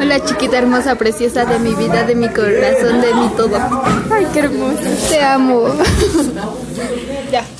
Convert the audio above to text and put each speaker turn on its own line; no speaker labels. Hola chiquita hermosa, preciosa de mi vida, de mi corazón, de mi todo.
Ay, qué hermoso.
Te amo.
Ya.